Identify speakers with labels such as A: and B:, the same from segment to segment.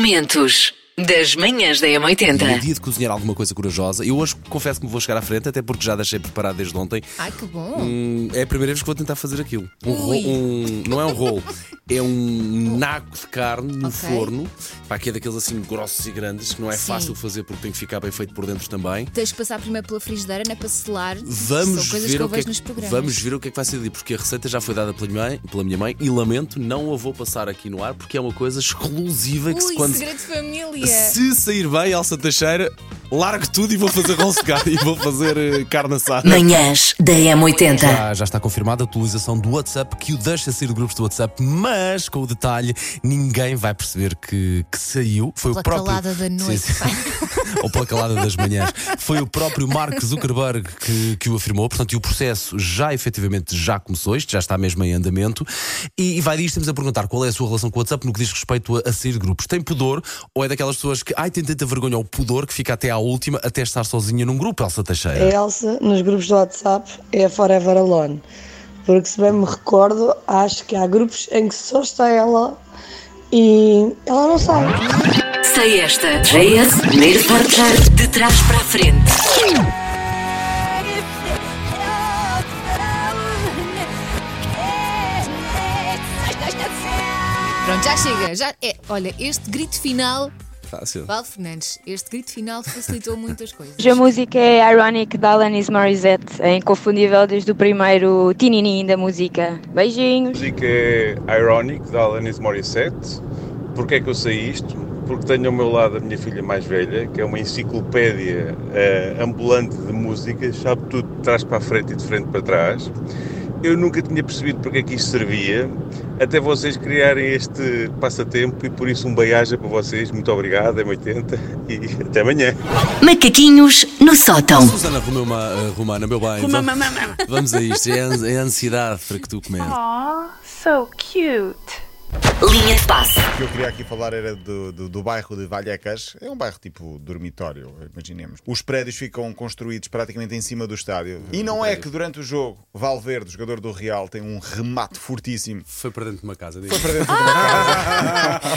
A: Momentos das manhãs da
B: No
A: M80.
B: dia de cozinhar alguma coisa corajosa, eu hoje confesso que me vou chegar à frente, até porque já deixei preparado desde ontem.
C: Ai, que bom.
B: Hum, é a primeira vez que vou tentar fazer aquilo. Um ro-
C: Ui.
B: um- não é um rolo, é um naco de carne no
C: Ok.
B: forno, para que é daqueles assim grossos e grandes, que não é
C: Sim.
B: fácil de fazer porque tem que ficar bem feito por dentro também.
C: Tens que passar primeiro pela frigideira, não é para selar.
B: Vamos
C: São coisas
B: ver,
C: que eu
B: o que é
C: vejo
B: que,
C: nos programas.
B: vamos ver o que é que vai ser dali, porque a receita já foi dada pela minha, mãe, pela minha mãe e lamento, não a vou passar aqui no ar porque é uma coisa exclusiva que se
C: Ui,
B: quando.
C: segredo de família.
B: Se sair bem, Elsa Teixeira, largo tudo e vou fazer roscado e vou fazer eh, carne assada.
A: Manhãs da
C: É.
A: M80.
D: Já, já está confirmada a utilização do WhatsApp que o deixa sair de grupos do WhatsApp, mas com o detalhe, ninguém vai perceber que, que saiu. Foi
C: Pela
D: o próprio.
C: calada da noite.
D: Ou pela calada das manhãs. Foi o próprio Mark Zuckerberg que, que o afirmou. Portanto, e o processo já efetivamente já começou, isto já está mesmo em andamento. E, e vai disto, estamos a perguntar qual é a sua relação com o WhatsApp no que diz respeito a, a sair de grupos. Tem pudor ou é daquelas pessoas que, ai, tem tanta vergonha ao pudor que fica até à última até estar sozinha num grupo, Elsa Teixeira?
E: A
B: É.
E: Elsa, nos grupos do WhatsApp, é a Forever Alone. Porque, se bem me recordo, acho que há grupos em que só está ela e ela não sai.
A: Sei esta. JS, primeiro portar de trás para a frente.
C: Pronto, já chega. Já... É, olha, este grito final,
B: Fácil.
C: Val Fernandes, este grito final facilitou muitas coisas.
F: Hoje a música é Ironic da Alanis Morissette, é inconfundível desde o primeiro tinininho da música. Beijinhos!
G: música é Ironic, da Alanis Morissette. Porquê é que eu sei isto? Porque tenho ao meu lado a minha filha mais velha, que é uma enciclopédia eh, ambulante de música, sabe tudo de trás para a frente e de frente para trás. Eu nunca tinha percebido porque é que isto servia, até vocês criarem este passatempo e por isso um beijo para vocês. Muito obrigado, M80 e até amanhã.
A: Macaquinhos no sótão.
B: Susana Romeu Ma- eh, Romana, meu bem. va- Vamos a isto, é a ans- é a ansiedade para que tu comeces.
H: Aw, so cute.
A: Linha de passe.
I: O que eu queria aqui falar era do, do, do bairro de Valhecas. É um bairro tipo dormitório, imaginemos. Os prédios ficam construídos praticamente em cima do estádio. E não é que durante o jogo Valverde, jogador do Real, tem um remate fortíssimo.
B: Foi para dentro de uma casa. diz.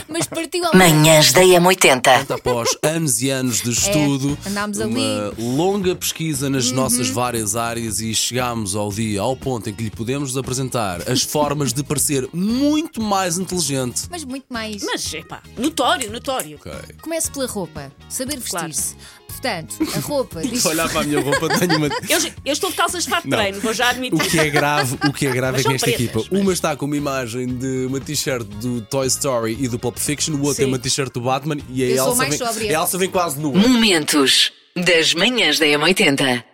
C: Mas partiu ao
A: Manhãs da M80.
B: Após anos e anos de estudo,
C: andámos
B: uma longa pesquisa nas nossas várias áreas e chegámos ao dia, ao ponto em que lhe podemos apresentar as formas de parecer muito mais inteligente.
C: Mas muito mais.
J: Mas, epá, notório, notório.
B: Ok.
C: Comece pela roupa. Saber vestir-se. Portanto, a roupa. diz-
B: Olhar para a minha roupa, tenho uma.
J: Eu, eu estou de calças de fato de
B: Não.
J: treino, vou já
B: O
J: admitir.
B: que é grave, o que é grave
J: Mas
B: é que
J: são
B: esta
J: pretas,
B: equipa,
J: mas-
B: uma está com uma imagem de uma t-shirt do Toy Story e do Pulp Fiction, o outro tem
J: Sim.
B: uma t-shirt do Batman e a
C: Eu sou
B: Elsa,
C: mais
B: vem,
C: sóbria.
B: a Elsa vem quase nua.
A: Momentos das manhãs da M80.